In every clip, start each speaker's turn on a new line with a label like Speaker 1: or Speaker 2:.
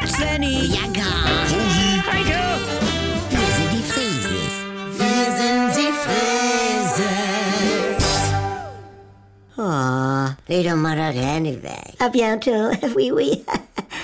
Speaker 1: Conny.
Speaker 2: Ja, gar.
Speaker 1: Heiko.
Speaker 2: Wir sind die Frieses. Wir sind die Frieses. Oh, leg doch mal das Handy weg. A bientôt, oui, oui.
Speaker 1: Ah,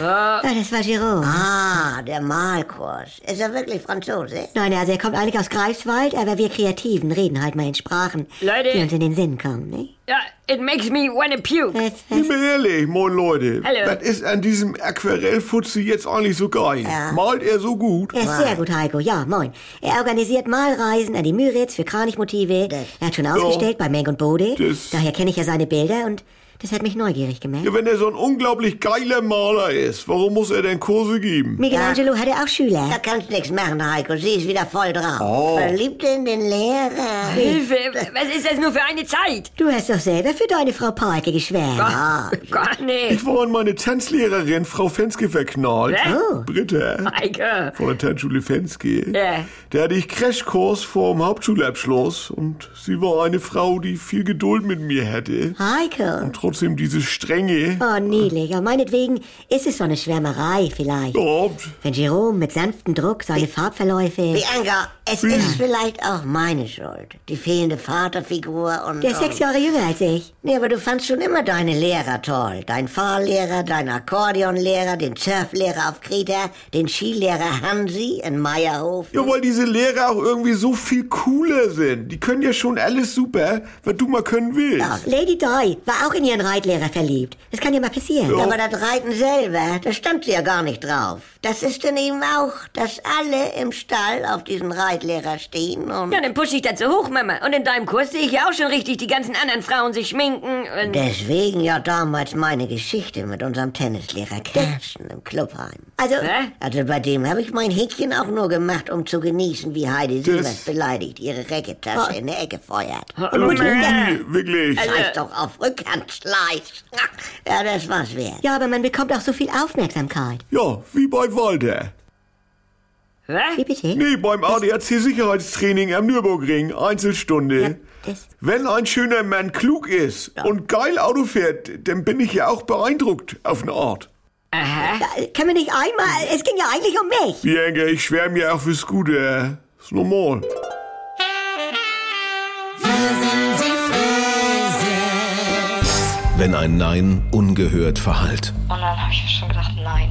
Speaker 3: Ah, Das war Jerome.
Speaker 2: Ah, der Malkurs. Ist er wirklich Franzose?
Speaker 3: Nein, also er kommt eigentlich aus Greifswald, aber wir Kreativen reden halt mal in Sprachen,
Speaker 1: Leute.
Speaker 3: die uns in den Sinn kommen, ne?
Speaker 1: ja, it makes me wanna puke.
Speaker 3: Was, was?
Speaker 4: Nimm mal ehrlich, moin Leute.
Speaker 1: Hallo.
Speaker 4: Was ist an diesem Aquarellfutzi jetzt eigentlich so geil? Malt er so gut?
Speaker 3: Er ist sehr gut, Heiko. Ja, moin. Er organisiert Malreisen an die Müritz für Kranichmotive. Er hat schon ausgestellt bei Meng und Bode.
Speaker 4: Das-
Speaker 3: Daher kenne ich ja seine Bilder und das hat mich neugierig gemacht.
Speaker 4: Ja, wenn er so ein unglaublich geiler Maler ist, warum muss er denn Kurse geben?
Speaker 3: Michelangelo hatte auch Schüler.
Speaker 2: Da kannst nichts machen, Heiko. Sie ist wieder voll drauf. Verliebt in den Lehrer.
Speaker 1: Hilfe, was ist das nur für eine Zeit?
Speaker 3: Du hast doch selber für deine Frau Palke geschwärmt.
Speaker 2: Ah,
Speaker 1: Gar nicht.
Speaker 4: Ich war an meine Tanzlehrerin Frau Fenske verknallt.
Speaker 1: Hä?
Speaker 4: Britta.
Speaker 1: Heiko.
Speaker 4: Von der Tanzschule Fenske.
Speaker 1: Ja.
Speaker 4: Da hatte ich Crashkurs vorm Hauptschulabschluss und sie war eine Frau, die viel Geduld mit mir hätte.
Speaker 3: Heiko.
Speaker 4: Trotzdem diese Strenge.
Speaker 1: Ah.
Speaker 3: Oh, niedlicher. Meinetwegen ist es so eine Schwärmerei vielleicht.
Speaker 4: Überhaupt.
Speaker 3: Wenn Jerome mit sanftem Druck seine Farbverläufe...
Speaker 2: Bianca,
Speaker 3: Hm.
Speaker 2: es ist vielleicht auch meine Schuld. Die fehlende Vaterfigur und...
Speaker 3: Der ist
Speaker 2: und-
Speaker 3: sechs Jahre jünger als ich.
Speaker 2: Nee, aber du fandst schon immer deine Lehrer toll. Dein Fahrlehrer, dein Akkordeonlehrer, den Surflehrer auf Kreta, den Skilehrer Hansi in Meierhof.
Speaker 4: Ja, weil diese Lehrer auch irgendwie so viel cooler sind. Die können ja schon alles super, was du mal können willst.
Speaker 3: Lady Di war auch in ihren Reitlehrer verliebt. Das kann ja mal passieren.
Speaker 2: Aber das Reiten selber, da stand sie ja gar nicht drauf. Das ist denn eben auch, dass alle im Stall auf diesen Reitlehrer stehen und...
Speaker 1: Ja, dann pushe ich das so hoch, Mama. Und in deinem Kurs sehe ich ja auch schon richtig die ganzen anderen Frauen sich schminken. Und
Speaker 2: Deswegen ja damals meine Geschichte mit unserem Tennislehrer Kersten im Clubheim.
Speaker 3: Also,
Speaker 1: Hä?
Speaker 2: Also bei dem habe ich mein Häkchen auch nur gemacht, um zu genießen, wie Heidi Sievers
Speaker 4: Das-
Speaker 2: beleidigt ihre Rackettasche in der Ecke feuert.
Speaker 4: Hallo, Trudi, wirklich.
Speaker 2: Scheiß doch auf Rückhandschleiß. Ja, das war's wert.
Speaker 3: ja, aber man bekommt auch so viel Aufmerksamkeit.
Speaker 4: Ja, wie bei Walter.
Speaker 3: Wie
Speaker 1: Hä?
Speaker 3: bitte?
Speaker 4: Nee, beim ADAC-Sicherheitstraining am Nürburgring, Einzelstunde.
Speaker 3: Das,
Speaker 4: Wenn ein schöner Mann klug ist und geil Auto fährt, dann bin ich ja auch beeindruckt auf eine Art.
Speaker 1: Aha.
Speaker 3: Ja, äh, können wir nicht einmal... Es ging ja eigentlich um mich.
Speaker 4: Bianca, ich schwärme ja auch fürs Gute. Ist normal.
Speaker 5: Wenn ein Nein ungehört verhallt.
Speaker 6: Und dann habe ich schon gedacht, nein.